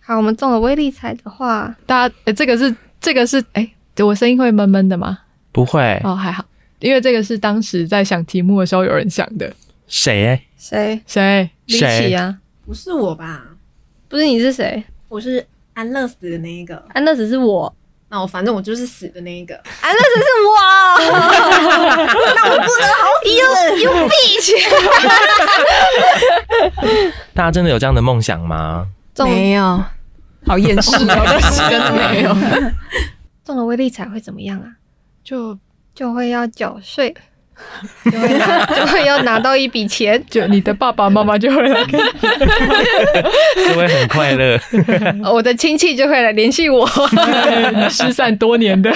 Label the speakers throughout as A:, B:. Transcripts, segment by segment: A: 好，我们中了威力彩的话，
B: 大家，呃这个是这个是，哎、我声音会闷闷的吗？
C: 不会，
B: 哦，还好，因为这个是当时在想题目的时候有人想的。
C: 谁、欸？
A: 谁？
B: 谁？
A: 李
C: 谁
A: 启啊？
D: 不是我吧？
A: 不是你是谁？
D: 我是安乐死的那一个。
A: 安乐死是我，
D: 那我反正我就是死的那一个。
A: 安乐死是我，
D: 那我不能好 死。
A: you bitch！
C: 大家真的有这样的梦想吗？
A: 中
D: 有，好厌 世哦，
B: 真的没有，
A: 中了威力彩会怎么样啊？
B: 就
A: 就会要缴税， 就会拿就会要拿到一笔钱。
B: 就你的爸爸妈妈就会来跟你
C: 就会很快 乐。
A: 哦我的亲戚就会来联系我。
B: 对失散多年的，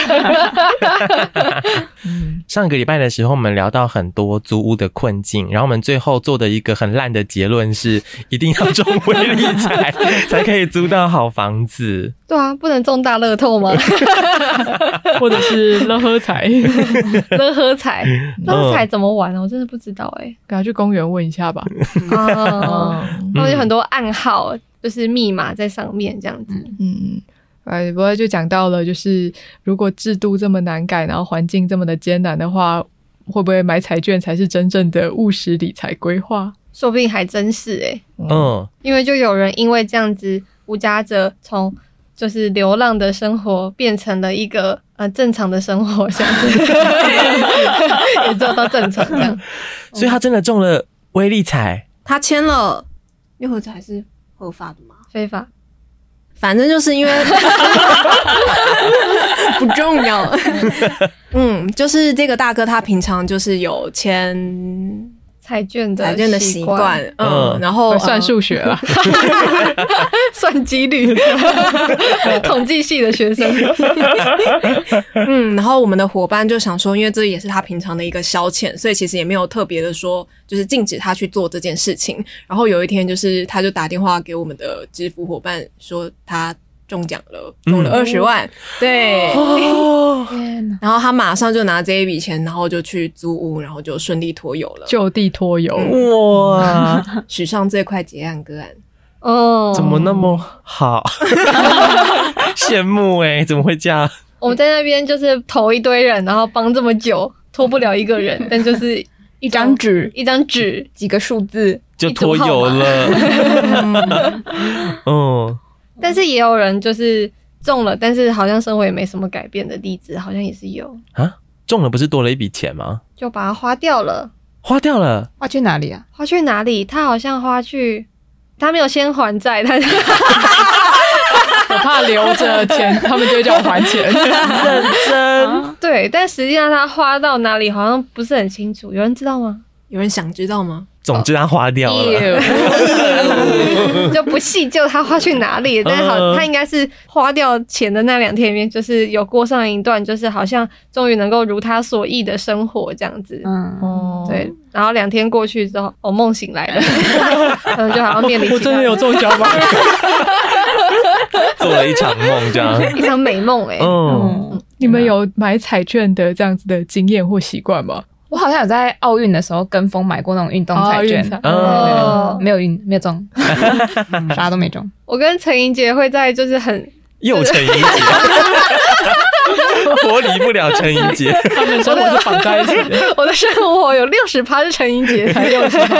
C: 上个礼拜的时候，我们聊到很多租屋的困境，然后我们最后做的一个很烂的结论是，一定要中威力彩才可以租到好房子。
A: 对啊，不能中大乐透吗？
B: 或者是乐喝彩，
A: 乐喝彩，乐喝彩怎么玩啊？我真的不知道哎、
B: 赶快去公园问一下吧。
A: 哦，
B: 嗯
A: 他们有很多暗号，就是密码在上面这样子。
B: 嗯，哎，不过就讲到了，就是如果制度这么难改，然后环境这么的艰难的话，会不会买彩券才是真正的务实理财规划？
A: 说不定还真是哎、
C: 嗯，
A: 因为就有人因为这样子无家者从。就是流浪的生活变成了一个呃正常的生活，这样 子也做到正常这样。
C: 所以他真的中了威力彩，
D: 他签了六合彩是合法的吗？
A: 非法
D: 反正就是因为不重要。嗯，就是这个大哥他平常就是有签
A: 彩券的
D: 彩券的习惯，，嗯，
C: 嗯
D: 然后
B: 会呃算数学啊啦，
A: 算几率， 统计系的 学生。
D: 呃嗯，然后我们的伙伴就想说，因为这也是他平常的一个消遣，所以其实也没有特别的说就是禁止他去做这件事情。然后有一天就是他就打电话给我们的支付伙伴说他中奖了，中了
C: 嗯
D: 二十万，对。
C: 哦，
A: 天
D: 然后他马上就拿这一笔钱，然后就去租屋，然后就顺利脱油了。
B: 就地拖油。
C: 嗯哇，
D: 史上最快结案个案，
A: 哦，
C: 怎么那么 好？羡慕哎、怎么会这样？
A: 我们在那边就是投一堆人，然后帮这么久，拖不了一个人，但就是
E: 一张纸，
A: 一张纸。
E: 几个数字，
C: 就脱油了。 嗯，
A: 但是也有人就是中了，但是好像生活也没什么改变的例子，好像也是有，
C: 中了不是多了一笔钱吗？
A: 就把它花掉了。
C: 花掉了，
E: 花去哪里啊？
A: 花去哪里？他好像花去，他没有先还债， 他
B: 我怕留着 钱，他们就会叫我还钱。
C: 认
A: 哦
C: 真。
E: 啊
A: 对，但实际上他花到哪里好像不是很清楚，有人知道吗？
D: 有人想知道吗？
C: 总之，他花掉
A: 哦
C: 了。
A: 就不细究他花去哪里，但是好，
C: 嗯
A: 他应该是花掉钱的那两天里面，就是有过上一段，就是好像终于能够如他所意的生活这样子。
E: 嗯，
B: 哦，
A: 对，啊然后两天过去之后，我、梦醒来了，可能就好
C: 啊
A: 像面临
B: 我
A: 其
B: 真
A: 他
B: 的有中 奖吗？
C: 做了一场梦，这样。
A: 一场美梦哎、
C: 嗯，
E: 嗯
B: 你们有买彩券的这样子的经验或习惯吗？
E: 我好像有在奥运的时候跟风买过那种运动彩
B: 哦
E: 券
B: 运彩，
A: 哦
E: 没有运，没 有中，啥都没中。
A: 我跟陈莹姐会在就是很
C: 又陈怡 姐，我离不了陈怡姐。
B: 他们说我是绑在一起的，
A: 我的生活有六十趴是陈英杰才六十趴，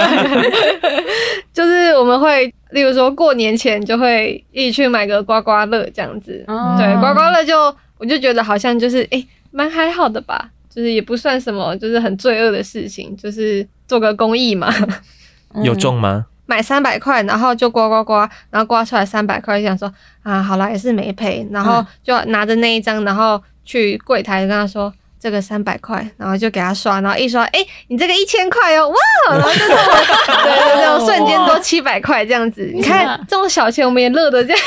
A: 就是我们会，例如说过年前就会一起去买个刮刮乐这样子，
E: 哦
A: 对，
E: 嗯
A: 刮刮乐就我就觉得好像就是诶蛮还好的吧，就是也不算什么就是很罪恶的事情，就是做个公益嘛，
E: 嗯
C: 有中吗？
A: 买三百块，然后就刮刮刮，然后刮出来三百块，想说啊，好啦，也是没赔，然后就拿着那一张，然后去柜台跟他说。这个三百块，然后就给他刷，然后一刷，哎、你这个一千块哦，哇！然后就这种，对对对，瞬间都七百块这样子。你看这种小钱，我们也乐得这样。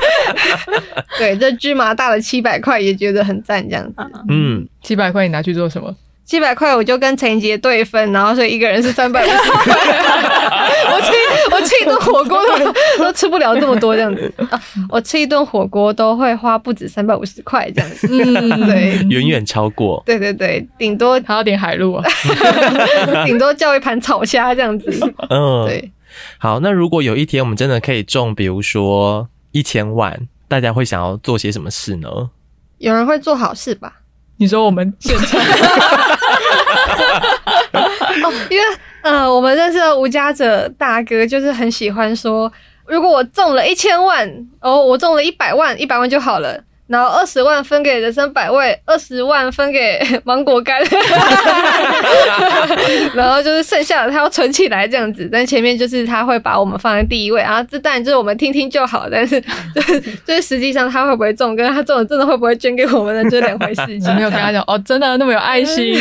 A: 对，这芝麻大的七百块也觉得很赞，这样子。
C: 嗯，
B: 几百块你拿去做什么？
A: 七百块我就跟陈杰对分，然后所以一个人是三百五十块。 我吃我吃一顿火锅都都吃不了这么多这样子、啊，我吃一顿火锅都会花不止三百五十块这样子。 嗯，对
C: 远远超过。
A: 对对对，顶多
B: 还要点海陆啊？
A: 顶多叫一盘炒虾这样子。
C: 嗯，
A: 对，
C: 好，那如果有一天我们真的可以中，比如说一千万，大家会想要做些什么事 呢？
A: 有人会做好事吧？
B: 你说我们现场
A: 哦， 因为呃，我们认识的吴家者大哥就是很喜欢说，如果我中了一千万，哦，我中了一百万，一百万就好了。然后二十万分给人生百味，二十万分给 芒果干，然后就是剩下的他要存起来这样子。但前面就是他会把我们放在第一位，然后这当然就是我们听听就好，但是 就是就是实际上他会不会中，跟他中了真的会不会捐给我们呢，就是两回事情。
B: 没有跟他讲哦，真的那么有爱心，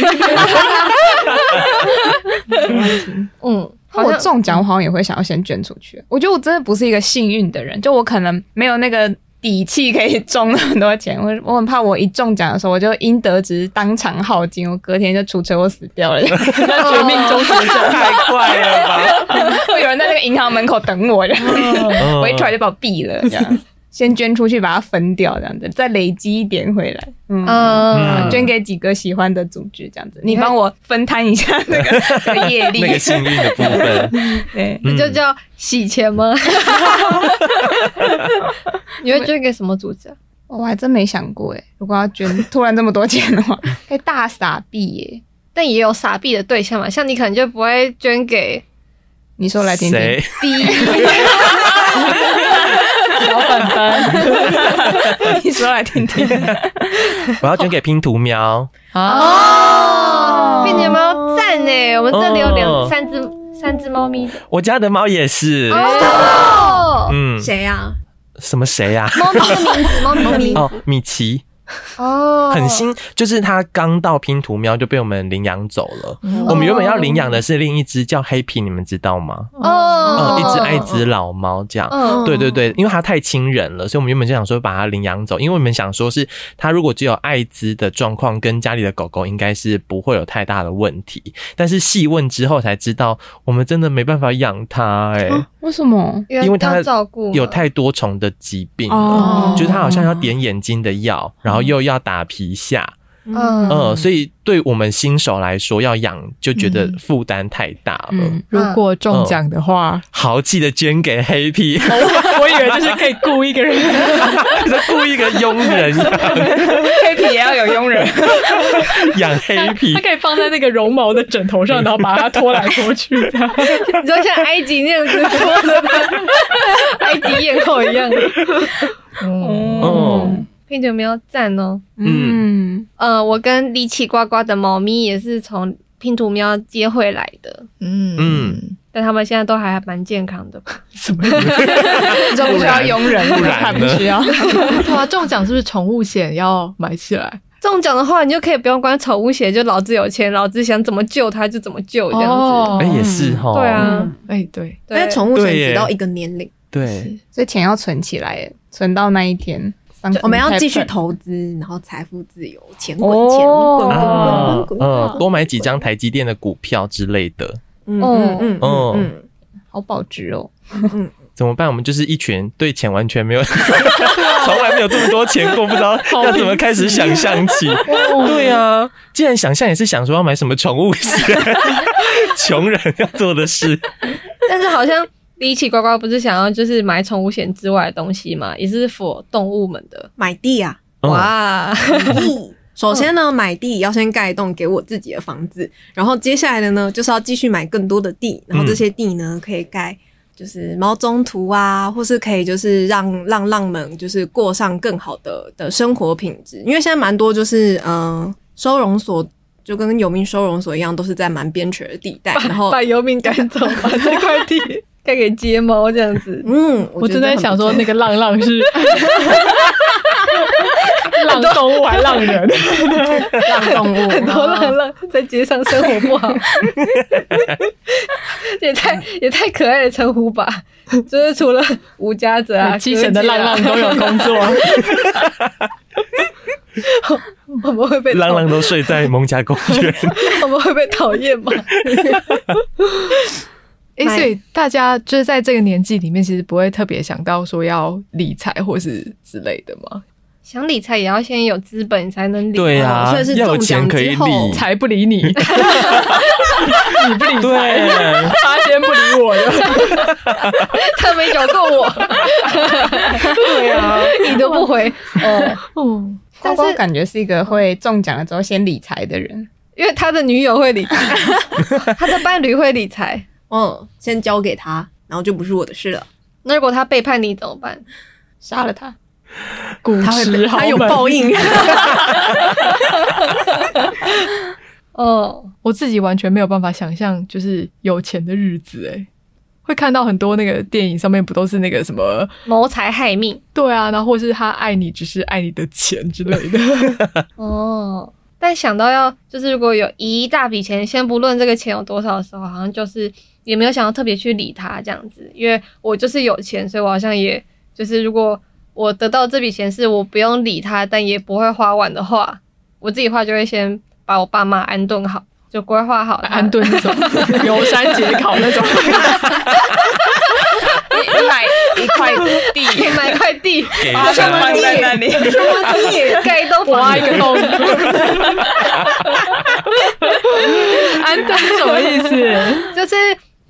A: 嗯，好
E: 我
A: 像
E: 中奖，我好像也会想要先捐出去。我觉得我真的不是一个幸运的人，就我可能没有那个底气可以中很多钱。我我很怕我一中奖的时候，我就应得值当场耗尽，我隔天就出车祸死掉 了，绝命终结者。
C: 太快了 吧！
E: 会有人在那个银行门口等我，然后
B: 嗯
E: 我
C: 嗯
E: 一出来就把我毙了，这样。先捐出去，把它分掉，这 样子，再累积一点回来。嗯。
A: 嗯
C: 嗯
E: 捐给几个喜欢的组织，这样
B: 嗯
E: 子，你帮我分摊一下那 个这个业力。
C: 那个幸运的部分，
E: 对，
A: 这
C: 嗯
A: 就叫洗钱 吗？你会捐给什么组织啊？
E: 我还真没想过哎，如果要捐突然这么多钱 的话，可以大傻逼耶！
A: 但也有傻逼的对象嘛，像你可能就不会捐 给
E: 你说来听听，
C: 谁？
A: 逼，
E: 小本本， 你说来听 听。
C: 我要捐给拼图喵。
B: 啊，
E: 哦
A: 并且猫赞呢，我们这里有两
C: 哦
A: 三只三只猫咪
C: 我家的猫也是，
A: 哦，
C: 嗯，
D: 谁啊 呀？
C: 什么谁呀、
A: 猫咪的名字，猫咪的名字
C: 哦，米奇
A: 哦，
C: 很新，就是它刚到拼图喵就被我们领养走了。我们原本要领养的是另一只叫黑皮，你们知道吗？
A: 哦
C: 嗯，，一只爱滋老猫这样。
A: 嗯，
C: 对对对，因为它太亲人了，所以我们原本就想说把它领养走，因为我们想说是它如果只有艾滋的状况，跟家里的狗狗应该是不会有太大的问题。但是细问之后才知道，我们真的没办法养它、欸，
E: 为什么？
A: 因
C: 因
A: 要
C: 为它
A: 照顾
C: 有
A: 嘛
C: 太多重的疾病了，
E: 哦嗯
C: 就是它好像要点眼睛的药，然后又要打皮下，
A: 嗯
C: 嗯，所以对我们新手来说要养就觉得
B: 嗯
C: 负担太大了。
E: 嗯，
B: 如果中奖的话，
C: 豪气的捐给黑皮，
E: 我以为就是可以雇一 个人，
C: 就雇一个佣 人
E: 黑皮也要有佣人，
C: 养黑 皮
B: 他，可以放在那个绒毛的枕头上，然后把它拖来拖去这样。
A: 你就像埃及那样 子拖着它，埃及艳后一样。
C: 哦
A: 拼酒没有赞哦。
E: 嗯，
A: 呃，我跟离奇呱呱的猫咪也是从拼图喵接回来的，
B: 嗯
C: 嗯，
A: 但它们现在都还蛮健康的 吧？
B: 什么？
E: 你就不需要佣人，
C: 不然呢
E: 不需要。
B: 对啊，中奖是不是宠物险要买起来？
A: 中奖的话，你就可以不用管宠物险，就老子有钱，老子想怎么救它就怎么救，这样子。
B: 哦
C: 哎、也
E: 嗯
C: 是哈，
A: 对啊，
B: 哎，对，
A: 对
D: 但是嗯宠物
C: 对
D: 险
C: 耶
D: 只到一个年龄，
C: 对，
E: 所以钱要存起来耶，存到那一天。丧
D: 我们要
E: 心
D: 继续
E: 太笨
D: 投资，然后财富自由，钱滚
E: 哦
D: 钱滚滚
C: 啊
D: 滚滚，滚
C: 嗯，
D: 滚。
C: 多买几张台积电的股票之类的，
D: 嗯
A: 哦
D: 嗯
C: 哦
D: 嗯
E: 好保值哦。
C: 怎么办？我们就是一群对钱完全没有， 从来没有这么多钱过，不知道要怎么开始想象起。对啊，既然想象也是想说要买什么宠物险， 穷人要做的事。
A: 但是好像离奇呱呱不是想要就是买宠物险之外的东西嘛，也是否动物们的。
D: 买地啊，
C: 嗯，
A: 哇，
D: 地。 首先呢，买地要先盖一栋给我自己的房子，然后接下来的呢，就是要继续买更多的地，然后这些地呢可以盖就是猫中途啊，或是可以就是让浪浪们就是过上更好的的生活品质，因为现在蛮多就是嗯、呃收容所。就跟游民收容所一样，都是在蛮边陲的地带，然后
A: 把游民赶走吧，这块 地该给街猫这样子。
D: 嗯，
B: 我
D: 觉得
B: 正在
D: 很不
B: 想说
D: 错
B: 那个浪浪是浪动物还浪人，
D: 浪动物，
A: 很多浪浪在街上生活不好，也太也太可爱的称呼吧。就是除了吴家泽啊，
B: 七成的浪浪 都有工作。
A: 哥姐啊， 我们会被
C: 浪浪都睡在蒙家公园，
A: 我们会被讨厌吗？
B: 哎，
D: 买
B: 所以大家就是在这个年纪里面，其实不会特别想到说要理财或是之类的嘛。
A: 想理财也要先有资本，你才能理。
C: 对呀、
D: 哦所以是
C: 要有
D: 中
C: 钱
D: 奖
C: 可以
D: 之后
C: 理，
B: 才不理 你，你不理
C: 对
B: 财，他先不理我了。
A: 他没找过我，对啊， 你都不回，
E: 哦，
B: 嗯，
E: 呱呱感觉是一个会中奖了之后先理财的人，
A: 因为他的女友会理财，他的伴侣会理财。
D: 嗯，先交给他，然后就不是我的事了。
A: 那如果他背叛你怎么办？
E: 杀了他。
B: 古
D: 他
B: 时
D: 会，
B: 豪
D: 他有
B: 门
D: 报 应。
A: 哦，
B: 我自己完全没有办法想象，就是有钱的日子、欸，会看到很多那个电影上面不都是那个什么，
A: 谋财害命。
B: 对啊，然后或是他爱你只是爱你的钱之类的，
A: 哦，但想到要就是如果有一大笔钱，先不论这个钱有多少的时候，好像就是也没有想要特别去理它这样子，因为我就是有钱，所以我好像也就是如果我得到这笔钱是我不用理它，但也不会花完的话，我自己花就会先把我爸妈安顿好，就规划好它
B: 安顿那 种游山解考那 种，
E: 你买一块地，
A: 可以买块 地，
C: 给
E: 把它
C: 他
E: 放在那里，
A: 盖一栋
B: 挖
A: 房
B: 一
A: 子，
B: 个洞。安顿是什么意思？
A: 就是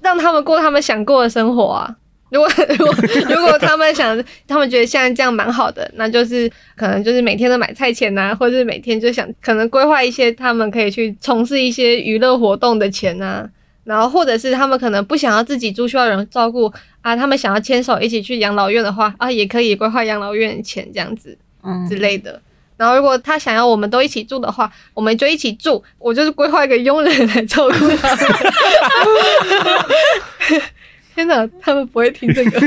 A: 让他们过他们想过的生活啊。如果 如果如果他们想，他们觉得现在这样蛮好的，那就是可能就是每天都买菜钱呐、啊或者是每天就想可能规划一些他们可以去从事一些娱乐活动的钱呐、然后或者是他们可能不想要自己住，需要有人照顾啊，他们想要牵手一起去养老院的话啊，也可以规划养老院的钱这样子。
E: 嗯
A: 之类的。然后，如果他想要我们都一起住的话，我们就一起住。我就是规划一个佣人来照顾他们。天哪，他们不会听这个。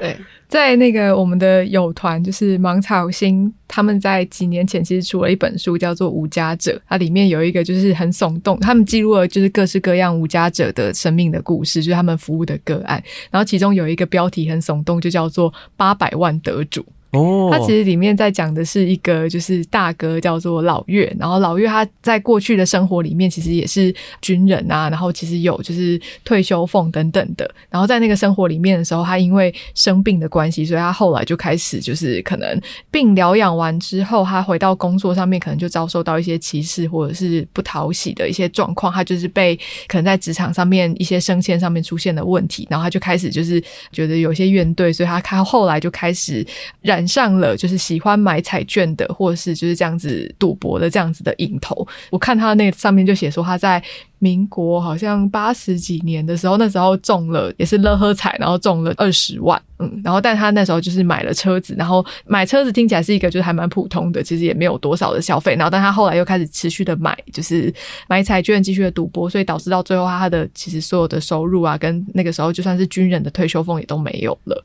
E: 对，
B: 在那个我们的友团，就是芒草星，他们在几年前其实出了一本书，叫做《无家者》，它里面有一个就是很耸动，他们记录了就是各式各样无家者的生命的故事，就是他们服务的个案。然后其中有一个标题很耸动，就叫做“八百万得主”。
C: 哦，
B: 它其实里面在讲的是一个就是大哥叫做老岳，然后老岳他在过去的生活里面其实也是军人啊，然后其实有就是退休俸等等的，然后在那个生活里面的时候，他因为生病的关系，所以他后来就开始就是可能病疗养完之后，他回到工作上面可能就遭受到一些歧视或者是不讨喜的一些状况，他就是被可能在职场上面一些升迁上面出现的问题，然后他就开始就是觉得有些怨怼，所以他他后来就开始染上了就是喜欢买彩券的，或者是就是这样子赌博的这样子的瘾头。我看他那上面就写说他在。民国好像八十几年的时候，那时候中了也是乐呵彩，然后中了二十万，嗯，然后但他那时候就是买了车子，然后买车子听起来是一个就是还蛮普通的，其实也没有多少的消费，然后但他后来又开始持续的买，就是买彩券，继续的赌博，所以导致到最后他的其实所有的收入啊，跟那个时候就算是军人的退休俸也都没有了，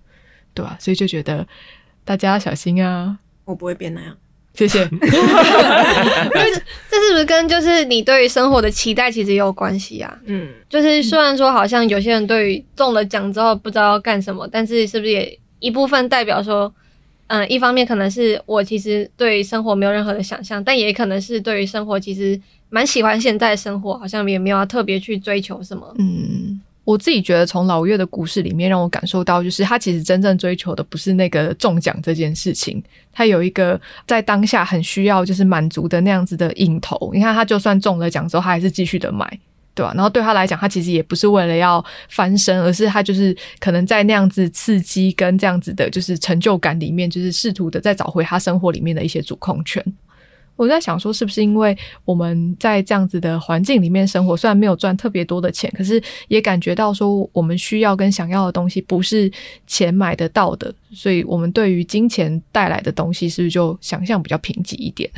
B: 对吧、所以就觉得大家小心啊，
D: 我不会变那样。
B: 谢谢。
A: 这是不是跟就是你对于生活的期待其实也有关系啊？
D: 嗯，
A: 就是虽然说好像有些人对于中了奖之后不知道要干什么，但是是不是也一部分代表说，嗯、一方面可能是我其实对生活没有任何的想象，但也可能是对于生活其实蛮喜欢现在的生活，好像也没有要特别去追求什么。
B: 嗯，我自己觉得从老岳的故事里面，让我感受到，就是他其实真正追求的不是那个中奖这件事情，他有一个在当下很需要就是满足的那样子的瘾头。你看，他就算中了奖之后，他还是继续的买。对吧、然后对他来讲，他其实也不是为了要翻身，而是他就是可能在那样子刺激跟这样子的，就是成就感里面，就是试图的在找回他生活里面的一些主控权。我在想说，是不是因为我们在这样子的环境里面生活，虽然没有赚特别多的钱，可是也感觉到说，我们需要跟想要的东西不是钱买得到的，所以我们对于金钱带来的东西，是不是就想象比较贫瘠一点？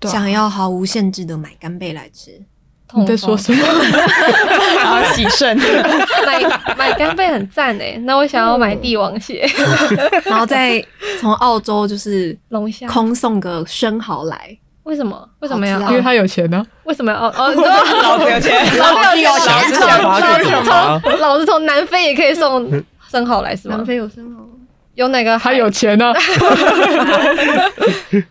B: 对啊
D: 想要毫无限制的买干贝来 吃，嗯
B: 你在说什么？
E: 然后喜肾，
A: 买买干贝很赞诶、那我想要买帝王蟹、
D: 然后再从澳洲就是
A: 龙虾，
D: 空送个生蚝来，
A: 为什么？为什么要
D: 嗯
A: 哦
D: 好？啊
B: 因为他有钱呢、
A: 为什么要？哦哦，你说
E: 老子有钱，
A: 老子有
E: 老
A: 钱
E: 子
A: 老
E: 想
C: 挖
A: 老
C: 个
A: 子
C: 什么？
A: 从老子从南非也可以送生蚝来是吗？
D: 非有生蚝。
A: 有哪个
B: 他
A: 海
B: 有钱
E: 啊
B: 呢、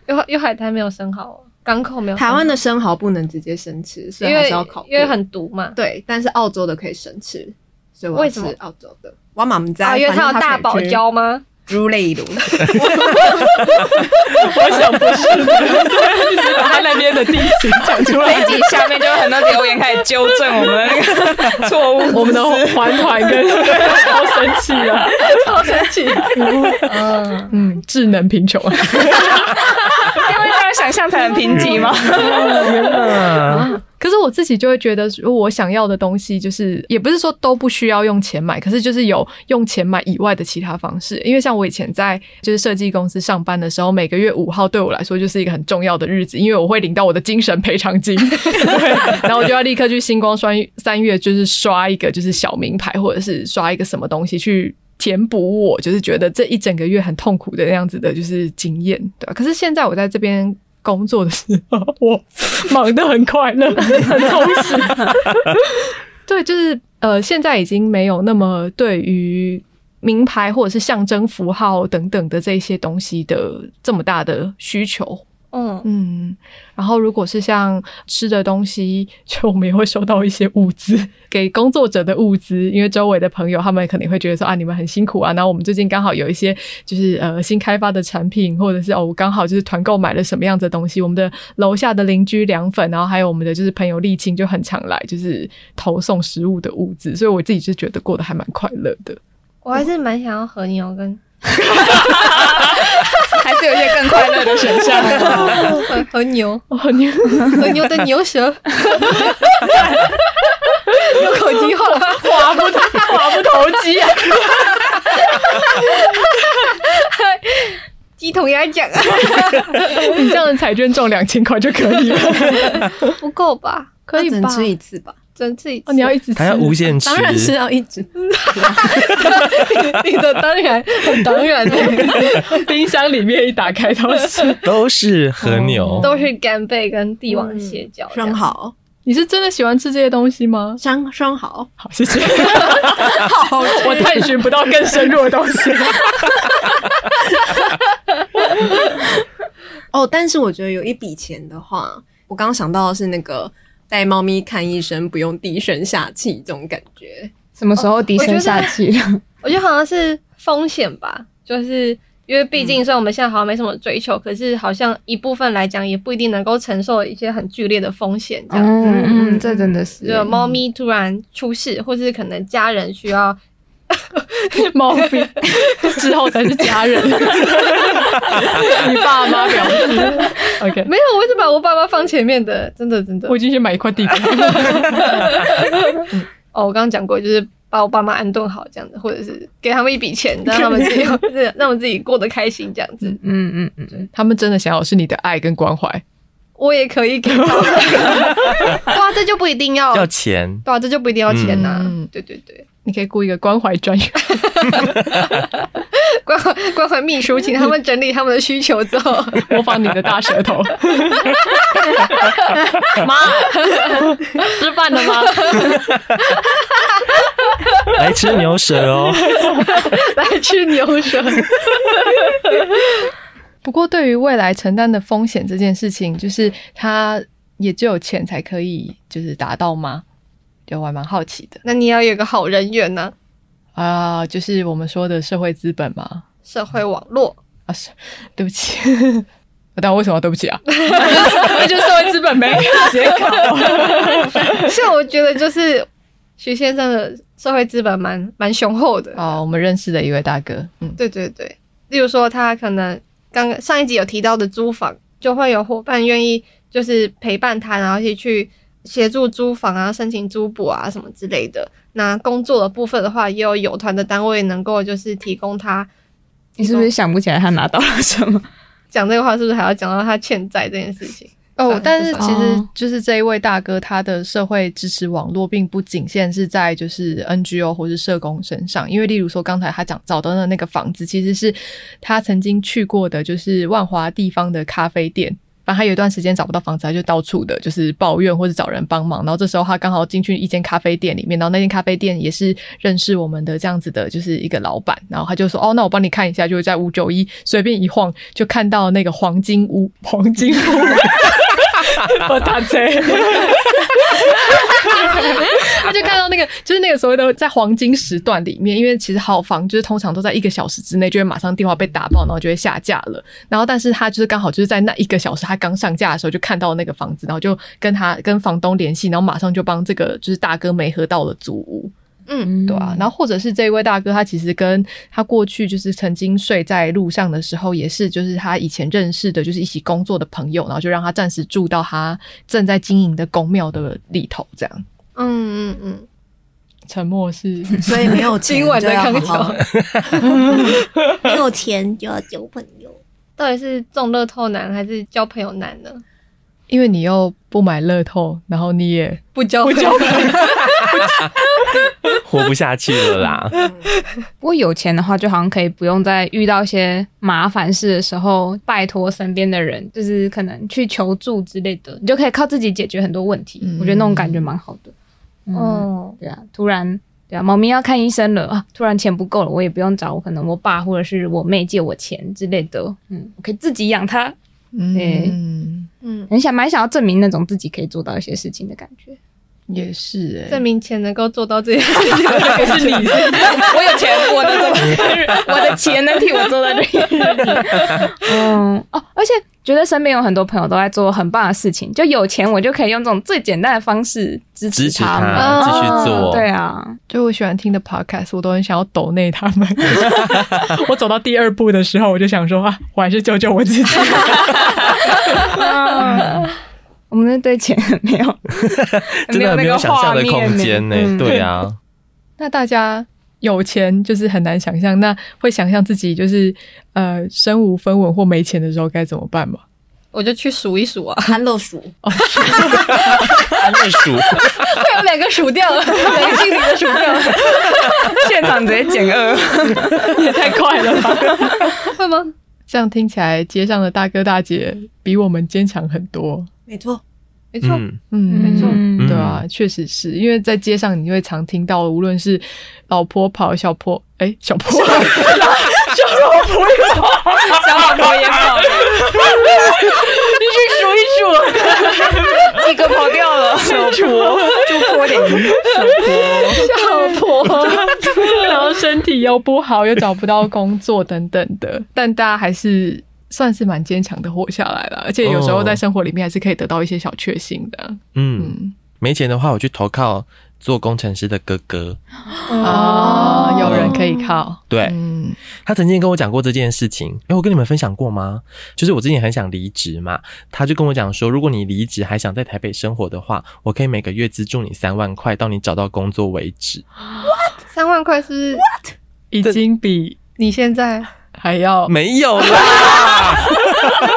A: 有有海滩没有生蚝哦，港口没有生蚝。
D: 台湾的生蚝不能直接生吃，所以
A: 因
D: 还
A: 为
D: 是要烤过。
A: 因为很毒嘛。
D: 对，但是澳洲的可以生吃，所以我要
A: 为什
D: 吃
A: 么啊
D: 澳洲的。我妈妈在，
A: 啊，因为它有
D: 它
A: 大堡礁吗？
E: 如类如，
B: 我想不是，对，就是把他那边的地址讲出
E: 这
B: 来
E: 一。集下面就有很多留言开始纠正我们的那 个错误，
B: 我们的环团 跟超生气了，超生气。
A: 嗯，
B: 嗯，智能贫穷。
E: 因为这样想象才能评级吗？
C: 天哪！
B: 可是我自己就会觉得，如果我想要的东西，就是也不是说都不需要用钱买，可是就是有用钱买以外的其他方式。因为像我以前在就是设计公司上班的时候，每个月五号对我来说就是一个很重要的日子，因为我会领到我的精神赔偿金，对然后我就要立刻去星光双三月，就是刷一个就是小名牌，或者是刷一个什么东西去填补我，就是觉得这一整个月很痛苦的那样子的，就是经验，对啊吧、可是现在我在这边工作的时候，我 忙得很快 乐，很充实。 对，就是呃，现在已经没有那么对于名牌或者是象征符号等等的这些东西的这么大的需求。
A: 嗯，
B: 嗯，然后如果是像吃的东西，就我们也会收到一些物资，给工作者的物资，因为周围的朋友他们肯定会觉得说啊，你们很辛苦啊。然后我们最近刚好有一些就是呃新开发的产品，或者是哦我刚好就是团购买了什么样子的东西，我们的楼下的邻居凉粉，然后还有我们的就是朋友沥青就很常来就是投送食物的物资，所以我自己就觉得过得还蛮快乐的。
A: 我还是蛮想要和牛 跟
E: 还是有一些更快乐的选项。
A: 和 和牛
B: 哦，你
A: 和牛的牛舌， 有口气话了，
B: 滑不滑不投机啊！
A: 鸡同鸭 讲啊，
B: 你这样的彩券中两千块就可以 了。
A: 不够吧？
B: 可以
D: 那
B: 吧
D: 只能？吃一次吧？
A: 整自己吃
B: 哦，你要一直吃，
C: 他要无限吃
D: 当，然是要一直。
A: 你的当然当 然
B: 冰箱里面一打开都是。
C: 都是和牛。
A: 都是干贝跟帝王
B: 嗯
A: 蟹
B: 啊
A: 脚这样
D: 生蚝，
B: 你是真的喜欢吃这些东西吗？
D: 生生蚝，
B: 好，谢谢。 我探寻不到更深入的东西。
D: 哦，但是我觉得有一笔钱的话，我刚刚想到的是那个带猫咪看医生不用低声下气这种感觉。
E: 什么时候低声下气了？
A: 我觉得好像是风险吧，就是因为毕
B: 嗯
A: 竟虽然我们现在好像没什么追求，可是好像一部分来讲也不一定能够承受一些很剧烈的风险这样。
E: 嗯嗯，这真的是
A: 就猫咪突然出事，或是可能家人需要，
B: 嗯猫 咪之后才是家 人，你爸妈表示。OK，
A: 没有，我一直把我爸妈放前面的，真的真的。
B: 我已经去买一块地皮。
A: 哦，我刚刚讲过，就是把我爸妈安顿好这样子，或者是给他们一笔 钱，让他们自己让他们自己过得开心这样子。
E: 嗯嗯嗯嗯，
B: 他们真的想要的是你的爱跟关怀。
A: 我也可以给他们， 对啊，这就不一定要，
C: 要
A: 对
C: 钱，
A: 啊，这就不一定要钱呐、
B: 嗯
A: 对对对。
B: 你可以雇一个关怀专员，
A: 关怀关怀秘书，请他们整理他们的需求之后，
B: 模仿你的大舌头。妈，吃饭了吗？
C: 来吃牛舌哦。
A: 来吃牛舌。
B: 不过，对于未来承担的风险这件事情，就是他也只有钱才可以就是达到吗？就我还蛮好奇的
A: 那你要有个好人缘呢、
B: 啊、就是我们说的社会资本嘛。
A: 社会网络。
B: 啊，是，对不起，但我为什么要对不起啊？那就社会资本呗，直接
A: 像我觉得就是徐先生的社会资本蛮蛮雄厚的。
B: 哦，我们认识的一位大哥，嗯，
A: 对对对，例如说他可能刚上一集有提到的租房，就会有伙伴愿意就是陪伴他，然后一起去协助租房啊、申请租补啊什么之类的。那工作的部分的话，也有有团的单位能够就是提供他
E: 你是不是想不起来他拿到了什么？
A: 讲这个话是不是还要讲到他欠债这件事情？
B: 哦，但是
A: 哦
B: 其实就是这一位大哥，他的社会支持网络并不仅限是在就是 NGO 或是社工身上，因为例如说刚才他讲找到的那个房子，其实是他曾经去过的，就是万华地方的咖啡店。反正他有一段时间找不到房子，他就到处的就是抱怨或者找人帮忙。然后这时候他刚好进去一间咖啡店里面，然后那间咖啡店也是认识我们的这样子的，就是一个老板。然后他就说：“哦，那我帮你看一下。”就在五九一随便一晃就看到那个黄金屋，黄金屋。我打贼，他就看到那个，就是那个所谓的在黄金时段里面，因为其实好房就是通常都在一个小时之内就会马上电话被打爆，然后就会下架了。然后，但是他就是刚好就是在那一个小时他刚上架的时候就看到那个房子，然后就跟他跟房东联系，然后马上就帮这个就是大哥梅合到了租屋。
A: 嗯，
B: 对啊，然后或者是这一位大哥，他其实跟他过去就是曾经睡在路上的时候，也是就是他以前认识的，就是一起工作的朋友，然后就让他暂时住到他正在经营的公庙的里头，这样。
A: 嗯嗯嗯，
B: 沉默是
D: 所以没有钱
B: 今晚的
D: 就要
B: 康
D: 好好
B: 桥，
F: 没有钱就要交朋友。
A: 到底是中乐透难还是交朋友难呢？
B: 因为你又不买乐透，然后你也
A: 不交不交朋友，
C: 活不下去了 啦。
E: 不过有钱的话，就好像可以不用在遇到一些麻烦事的时候拜托身边的人，就是可能去求助之类的，你就可以靠自己解决很多问题。
B: 嗯
E: 我觉得那种感觉蛮好的。嗯，
A: 哦，
E: 对啊，突然对啊，猫咪要看医生了啊，突然钱不够了，我也不用找我可能我爸或者是我妹借我钱之类的。嗯，我可以自己养它。
B: 嗯，
A: 嗯，
E: 很想蛮想要证明那种自己可以做到一些事情的感觉。
B: 也是哎、
A: 证明钱能够做到这件事情，可是你
E: 我有钱，我的怎么，我的钱能替我做到这件事情？嗯，哦，而且觉得身边有很多朋友都在做很棒的事情，就有钱我就可以用这种最简单的方式支
C: 支持
E: 他们。
C: 他继续
E: 哦
C: 做，
E: 对啊，
B: 就我喜欢听的 podcast，我都很想要抖内他们。 我走到第二步的时候，我就想说啊，我还是救救我自 己。
E: 嗯我们那对钱没有，
C: 真的很没有想象的空间呢、
E: 嗯
C: 对啊，
B: 那大家有钱就是很难想象，那会想象自己就是呃身无分文或没钱的时候该怎么办吗？
A: 我就去数一数 啊，
D: 憨乐鼠，
C: 安乐鼠，
E: 会有两个数掉了，两个心里的数掉了，啊 现场直接减二，也太快了吧！
A: 会吗？
B: 这样听起来，街上的大哥大姐比我们坚强很多。
D: 没错，
A: 没错，
C: 嗯，
B: 嗯，
E: 没错嗯
B: 对啊，确实是因为在街上，你会常听到，无论是老婆跑、小婆，哎、小婆，小 老婆也跑，
E: 小老婆也跑，
B: 你去数一数，
E: 几个跑掉了，
B: 小婆，
E: 就泼点鱼。
B: 小婆，然后身体又不好，又找不到工作等等的，但大家还是算是蛮坚强的活下来了，而且有时候在生活里面还是可以得到一些小确幸的。
C: 嗯，
B: 嗯，
C: 没钱的话，我去投靠做工程师的哥哥，
B: 啊、有人可以靠，
C: 对，
B: 嗯
C: 他曾经跟我讲过这件事情，诶，我跟你们分享过吗？就是我之前很想离职嘛，他就跟我讲说，如果你离职还想在台北生活的话，我可以每个月资助你三万块，到你找到工作为止。
A: 三万块是不是
B: 已经比
A: 你现在
B: 还
E: 哦
B: 要
C: 没有啦，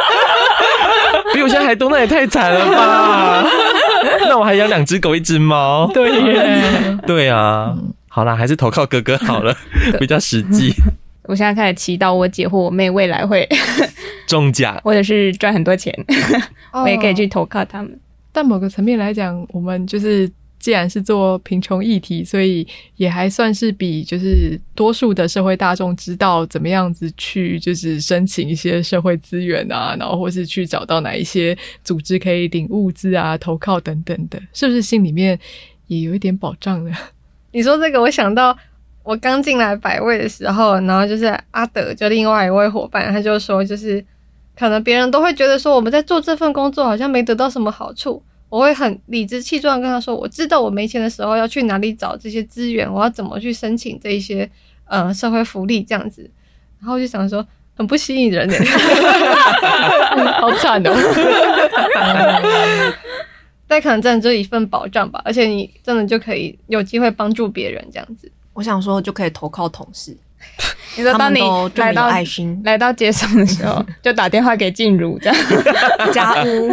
C: 比我现在还多，那也太惨了吧？那我还养两只狗，一只猫。
B: 对耶。
C: 对啊，好啦，还是投靠哥哥好 了，比较实际。
E: 我现在开始祈祷我姐或我妹未来会，
C: 中奖
E: 或者是赚很多钱，
A: 哦
E: 我也可以去投靠他们。
B: 但某个层面来讲，我们就是既然是做贫穷议题，所以也还算是比就是多数的社会大众知道怎么样子去就是申请一些社会资源啊，然后或是去找到哪一些组织可以领物资啊、投靠等等的，是不是心里面也有一点保障呢？
A: 你说这个，我想到我刚进来百位的时候，然后就是阿德，就另外一位伙伴，他就说，就是可能别人都会觉得说我们在做这份工作好像没得到什么好处，我会很理直气壮地跟他说，我知道我没钱的时候要去哪里找这些资源，我要怎么去申请这一些呃社会福利这样子，然后就想说很不吸引人耶。
B: 好惨哦！
A: 但可能真的就是一份保障吧，而且你真的就可以有机会帮助别人这样子。
D: 我想说就可以投靠同事，
E: 你说
D: 他
E: 当
D: 们
E: 你
D: 都这么
E: 来
D: 有
E: 到
D: 爱心
E: 来到街上的时 候，就打电话给静茹 这样。
D: 家 屋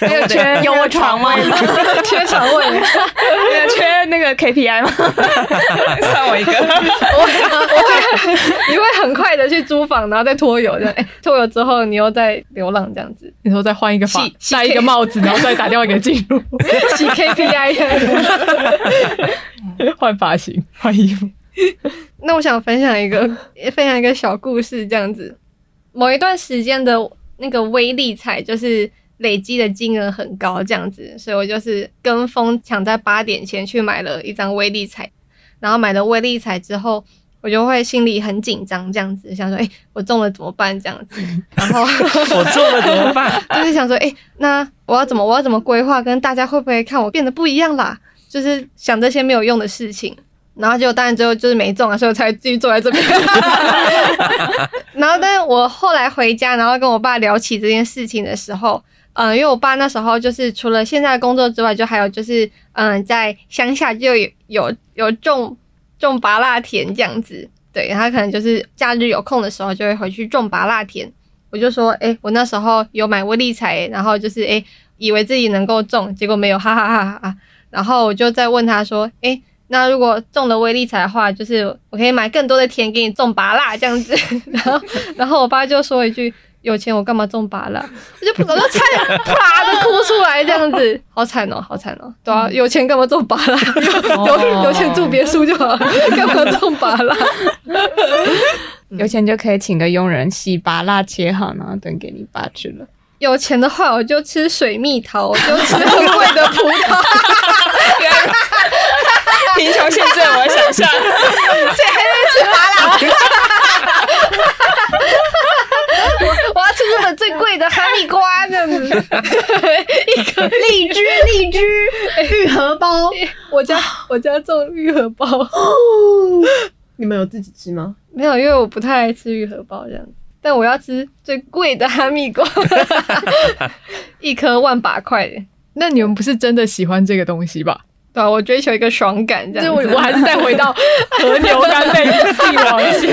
E: 还 有缺
D: 有我床吗？
E: 缺床位吗？还有缺那 个 KPI 吗？算我一个。
A: 我会，你会很快的去租房，然后再拖油这样。哎拖油之后，你又再流浪这样子，
B: 你说再换一个发
A: 细，细
B: 戴一个帽子，然后再打电话给静 茹
A: 洗 KPI。
B: 换发型、换衣服。
A: 那我想分享一个，分享一个小故事，这样子。某一段时间的那个微利彩，就是累积的金额很高，这样子，所以我就是跟风抢在八点前去买了一张微利彩，然后买了微利彩之后，我就会心里很紧张，这样子，想说，哎、我中了怎么办？这样子，然后
C: 我中了怎么 办？
A: 就是想说，哎、那我要怎么，我要怎么规划，跟大家会不会看我变得不一样啦？就是想这些没有用的事情，然后结果当然最后就是没中啊，所以我才继续坐在这边。 然后，但是我后来回家，然后跟我爸聊起这件事情的时候，嗯，因为我爸那时候就是除了现在的工作之外，就还有就是嗯，在乡下就有有有种种拔辣田这样子，对，然后他可能就是假日有空的时候就会回去种拔辣田。我就说，哎、我那时候有买威力彩，然后就是哎、诶以为自己能够中，结果没有，哈哈哈哈哈。然后我就再问他说，哎、那如果中了威力彩的话，就是我可以买更多的田给你种拔蜡这样子。 然后，然后我爸就说一句。有钱我干嘛种拔蜡？我就我就差点啪的哭出来，这样子 好惨哦、好惨哦、对啊，有钱干嘛种拔蜡？ 有有钱住别墅就好了，干嘛种拔蜡？
E: 有钱就可以请个佣人洗把辣切好，然后等给你爸吃了。
A: 有钱的话，我就吃水蜜桃，我就吃很贵的葡萄。
E: 贫穷限制了我的想象，
A: 我要吃日本最贵的哈密瓜这样子， 一个荔枝，荔枝愈合
D: 哦
A: 包， 我家我家种愈合包，
G: 你们有自己吃吗？
A: 没有，因为我不太爱吃愈合包这样子，但我要吃最贵的哈密 瓜，一颗万把块的，
B: 那你们不是真的喜欢这个东西 吧？
A: 对、啊、我追求一个爽感这
B: 就
A: 样
B: 我
A: 子。
B: 我还是再回到和牛干贝帝王蟹，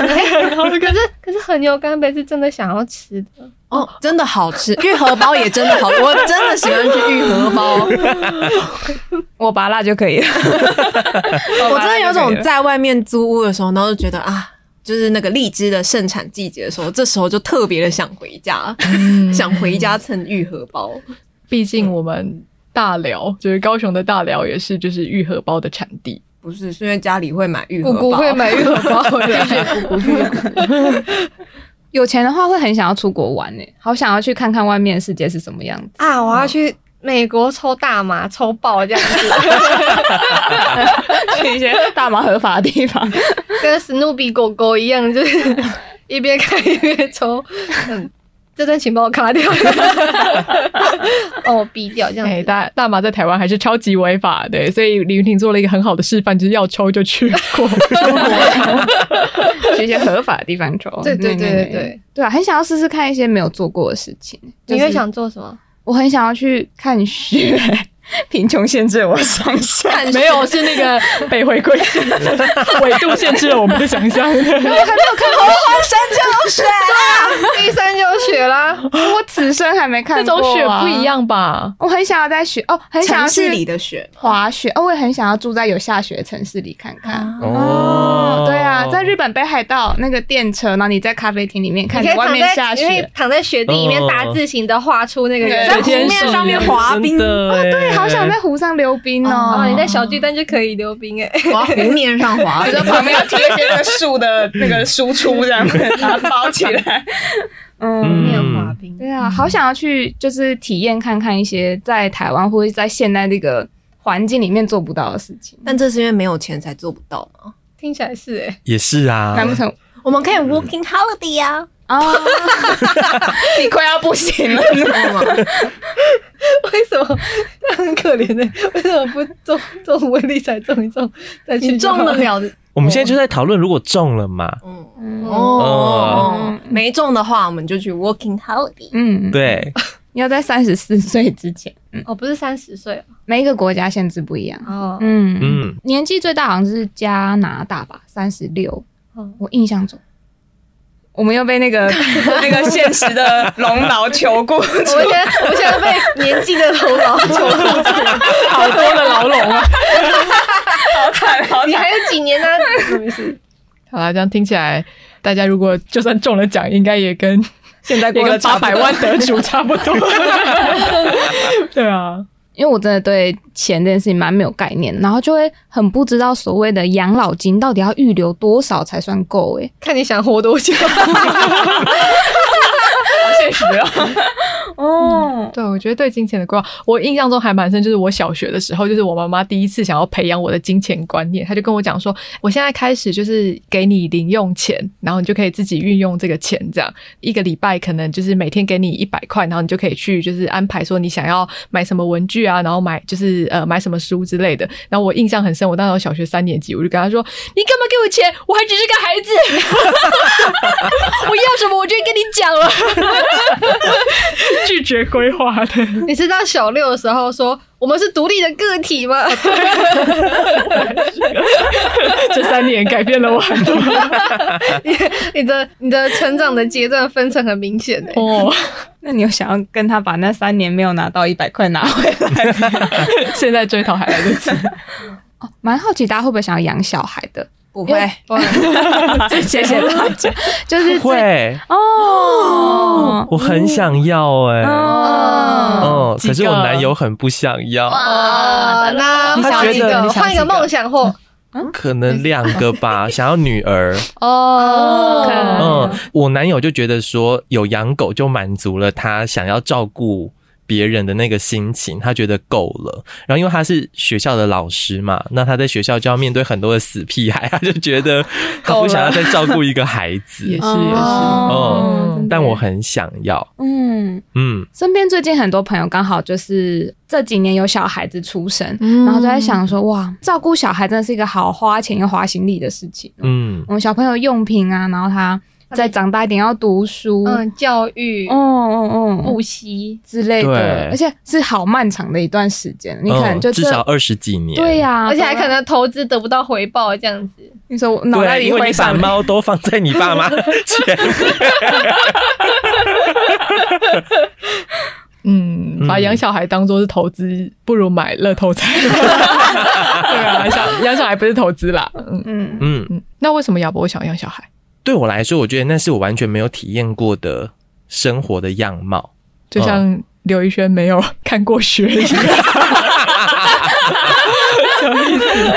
A: 可是可是和牛干贝是真的想要吃的，
D: 哦，真的好吃，玉荷包也真的好，我真的喜欢吃玉荷包，
E: 我拔辣就可以了。
D: 我真的有种在外面租屋的时候，然后就觉得啊。就是那个荔枝的盛产季节的时候，这时候就特别的想回家，想回家蹭玉荷包。
B: 毕竟我们大寮就是高雄的大寮，也是就是玉荷包的产地。
D: 不是，是因为家里会买玉荷
A: 姑
D: 包，
A: 姑会买愈合包回来。
E: 有钱的话会很想要出国玩呢、欸好想要去看看外面的世界是什么样子。
A: 啊，我要去美国抽大麻，抽爆这样子，
E: 去 一些大麻合法的地方，
A: 跟史努比狗狗一样，就是一边看一边抽。嗯，这段请帮我卡掉，哦，逼掉这样
B: 哎、
A: 子。
B: 大大麻在台湾还是超级违法的，所以李云婷做了一个很好的示范，就是要抽就去过。
E: 去一些合法的地方抽。
A: 对对对
E: 嗯
A: 对对，
E: 对啊，很想要试试看一些没有做过的事情。
A: 你
E: 就是
A: 会想做什么？
E: 我很想要去看雪，贫穷限制了我的想象。
B: 没有，是那个北回归 纬度限制了我们的想象。
A: 第三就是雪啦，
E: 我此生还没
B: 那
E: 看过、啊
B: 种雪不一。样 吧？
E: 我很想要在雪哦，很想要
D: 城市里
E: 去
D: 的雪
E: 滑雪哦，我也很想要住在有下雪的城市里看
A: 啊
E: 看。
C: 哦
E: 对啊，在日本北海道那个电车，然后你在咖啡厅里面 看
A: 你可以
E: 外
A: 躺
E: 面下
A: 在，你可以
E: 雪，
A: 躺在雪地里面打字形的画出那个人，
E: 对
A: 在
B: 哦
D: 在湖面上面滑冰，
C: 哦，对
E: 对，好想在湖上溜冰哦
A: 哦，。你在小巨蛋就可以溜冰哎。
D: 滑湖面上滑
E: 我，就旁边有贴一些那个树的那个输出这样子，把它包起来。 嗯，
A: 没有
C: 嗯
A: 滑，冰，
E: 对啊，好想要去就是体验看看一些在台湾或者在现在这个环境里面做不到的事情。
D: 但这是因为没有钱才做不到嘛。
A: 听起来是哎，
C: 也是啊，
E: 难不成
F: 我们可以 working holiday 啊。
E: 啊？ 你快要不行了，
D: 哦
A: 为什么？他很可怜的，为什么不中中威力彩中一中再去？
D: 你中得 了的
C: 我们现在就在讨论，如果中了嘛，
D: 嗯
A: 嗯
D: 哦，没中的话，我们就去 working holiday。
E: 嗯，
C: 对，
E: 你要在三十四岁之前，
A: 哦，不是三十岁
E: 每一个国家限制不一样。
A: 哦，
E: 嗯嗯，
C: 嗯，
E: 年纪最大好像是加拿大吧，三十六。我印象中，我们又被那 个那个现实的龙脑求 过，
A: 我们现在我现在 被年纪的头脑求助，
B: 好多的牢笼啊！
E: 好惨好
A: 你
E: 惨。
A: 还有几年呢、没事。
B: 好啦，这样听起来，大家如果就算中了奖，应该也跟
D: 现在
B: 一
D: 过
B: 个
D: 了
B: 八百万得主差 不多。对啊，
E: 因为我真的对钱这件事情蛮没有概念，然后就会很不知道所谓的养老金到底要预留多少才算够欸诶、
A: 看你想活多久。
E: 哦，
B: 嗯对，我觉得对金钱的规划，我印象中还蛮深，就是我小学的时候，就是我妈妈第一次想要培养我的金钱观念，她就跟我讲说，我现在开始就是给你零用钱，然后你就可以自己运用这个钱，这样一个礼拜可能就是每天给你一百块，然后你就可以去就是安排说你想要买什么文具啊，然后买就是呃买什么书之类的。然后我印象很深，我那时候小学三年级，我就跟她说，你干嘛给我钱？我还只是个孩子，我要什么我直接跟你讲了， 拒绝规划的。
A: 你是到小六的时候说我们是独立的个体吗？
B: 这三年改变了我很多
A: 你你的你的成长的阶段分层很明显欸的、
B: 哦。
E: 那你有想要跟他把那三年没有拿到一百块拿回来吗？
B: 现在追讨还来得及，
E: 哦蛮好奇大家会不会想要养小孩的？
D: 不会，
E: 谢谢大家，就是
C: 会，
E: 哦，
C: 我很想要哎、
E: 哦，
C: 哦，可
B: 几
C: 是
B: 个
C: 我男友很不想 要，
A: 啊，那
B: 你想
A: 换一
B: 几个
A: 个
B: 你想几个
A: 换一个梦想 货
C: 可能两个 吧，想要女儿。
A: 哦，
C: 嗯，我男友就觉得说有养狗就满足了他想要照顾。别人的那个心情，他觉得够了。然后，因为他是学校的老师嘛，那他在学校就要面对很多的死屁孩，他就觉 得他不想要再照顾一个孩
B: 也
C: 子
B: 是也。是。
E: 哦
C: 嗯，但我很想要。
E: 嗯，
C: 嗯，
E: 身边最近很多朋友刚好就是这几年有小孩子出生，
B: 嗯
E: 然后就在想说，哇，照顾小孩真的是一个好花钱又花心力的事情。嗯，
C: 嗯，
E: 我们小朋友用品啊，然后他再长大一点要读书，嗯
A: 嗯，教育
E: 嗯嗯，
A: 补习，
E: 之类的
C: 对，
E: 而且是好漫长的一段时间，你可能
C: 嗯
E: 就
C: 至
E: 这
C: 少二十几年。
E: 对啊呀、
A: 而且还可能投资得不到回报这样子。
E: 你说我脑
C: 对，
E: 袋里
C: 因为
E: 回
C: 你把
E: 想
C: 猫都放在你爸妈前 面。
B: 嗯，把养小孩当做是投资，不如买乐透彩。 对啊，小养小孩不是投资啦。嗯
E: 嗯，
C: 嗯，
B: 嗯，那为什么亚伯会想养小孩？
C: 对我来说，我觉得那是我完全没有体验过的生活的样貌。
B: 就像刘宇轩没有看过雪一样。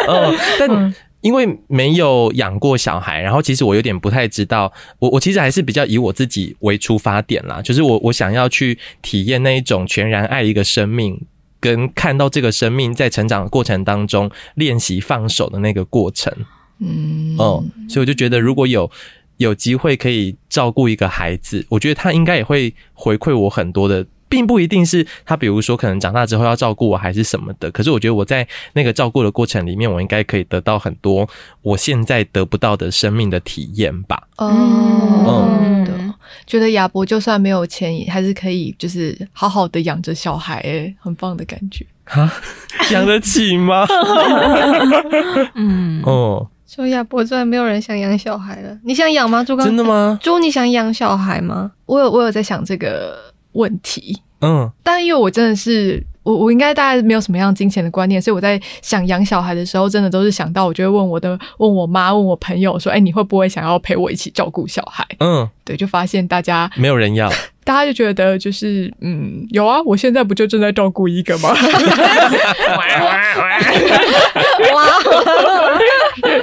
C: 嗯，但因为没有养过小孩，然后其实我有点不太知道，我我其实还是比较以我自己为出发点啦，就是我我想要去体验那一种全然爱一个生命。跟看到这个生命在成长的过程当中练习放手的那个过程，
B: 嗯
C: 哦，所以我就觉得如果有有机会可以照顾一个孩子，我觉得他应该也会回馈我很多的。并不一定是他，比如说可能长大之后要照顾我还是什么的。可是我觉得我在那个照顾的过程里面，我应该可以得到很多我现在得不到的生命的体验吧。
B: 哦
E: 嗯，
B: 对 哦觉得亚伯就算没有钱，也还是可以就是好好的养着小孩，哎，很棒的感觉。
C: 啊，养得起吗？
E: 嗯，
C: 哦，
A: 说亚伯突然没有人想养小孩了，你想养吗？猪刚
C: 真的？吗？
A: 猪，你想养小孩吗？
B: 我有我有在想这个问题，
C: 嗯
B: 但因为我真的是我，我应该大概没有什么样金钱的观念，所以我在想养小孩的时候，真的都是想到，我就会问我的，问我妈，问我朋友说，哎、你会不会想要陪我一起照顾小孩？
C: 嗯，
B: 对，就发现大家，
C: 没有人要。
B: 大家就觉得就是，嗯，有啊，我现在不就正在照顾一个吗？哇，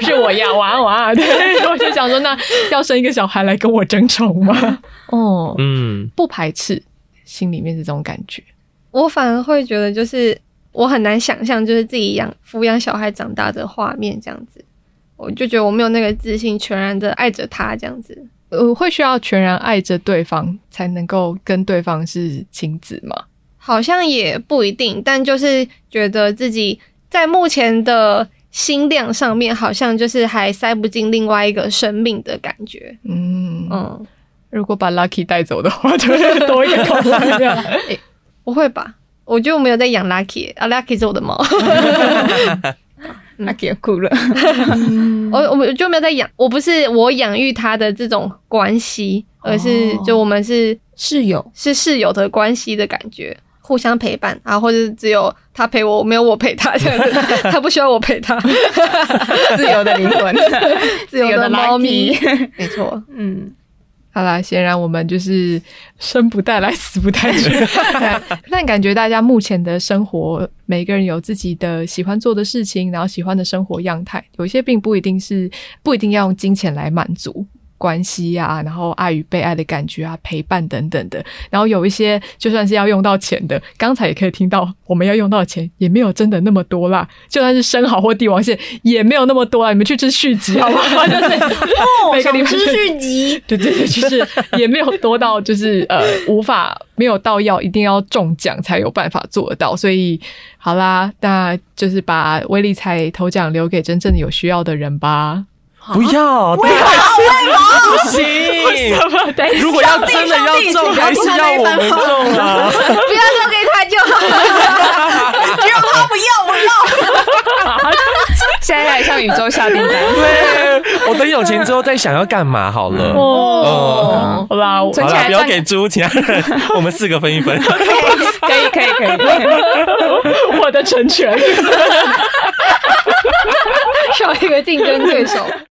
B: 是我呀，哇哇，对，我就想说，那要生一个小孩来跟我争宠吗？哦，
C: 嗯
B: 不排斥，心里面是这种感觉。
A: 我反而会觉得，就是我很难想象，就是自己养抚养小孩长大的画面这样子。我就觉得我没有那个自信，全然的爱着他这样子。
B: 呃，会需要全然爱着对方，才能够跟对方是亲子吗？
A: 好像也不一定，但就是觉得自己在目前的心量上面，好像就是还塞不进另外一个生命的感觉。
B: 嗯，
A: 嗯，
B: 如果把 Lucky 带走的话，就会多一个空量。
A: 不会吧？我觉得我没有在养 Lucky，啊，Lucky 是我的猫。
E: 阿杰哭了。
A: 我我们就没有在养，我不是我养育他的这种关系，而是
B: 哦
A: 就我们是
E: 室友
A: 是室友的关系的感觉，互相陪伴啊，或者是只有他陪我，没有我陪他这样子， 他不需要我陪 他，
E: 自由的灵 魂，
A: 自由的猫咪
E: lucky，
A: 没错，
E: 嗯，
B: 好啦，显然我们就是生不带来，死不带去。但感觉大家目前的生活，每个人有自己的喜欢做的事情，然后喜欢的生活样态，有一些并不一定是不一定要用金钱来满足。关系啊，然后爱与被爱的感觉啊，陪伴等等的，然后有一些就算是要用到钱的，刚才也可以听到，我们要用到的钱也没有真的那么多啦，就算是生蚝或帝王蟹也没有那么多啊，你们去吃续集 好不好？就是每个礼拜
F: 想吃续 集，
B: 对对对，就是也没有多到，就是呃，无法没有到要一定要中奖才有办法做得到，所以好啦，那就是把微理财头奖留给真正有需要的人吧。
E: 啊
C: 不要，对，啊不行。如果要真的要中，还是要我们中啊！
A: 不要留给他就好。
F: 只有他啊不要，我要。
E: 现在来向宇宙下 订单，
C: 对，我等有钱之后再想要干嘛好
E: 嗯
C: 了。嗯
B: 哦，好啦，我
E: 存
C: 好
E: 起
C: 了，
E: 来
C: 不要
E: 赚
C: 给猪，其他 人我们四个分一分。
E: 可以可以可以，
B: 我的成全。
A: 少一个竞争对手。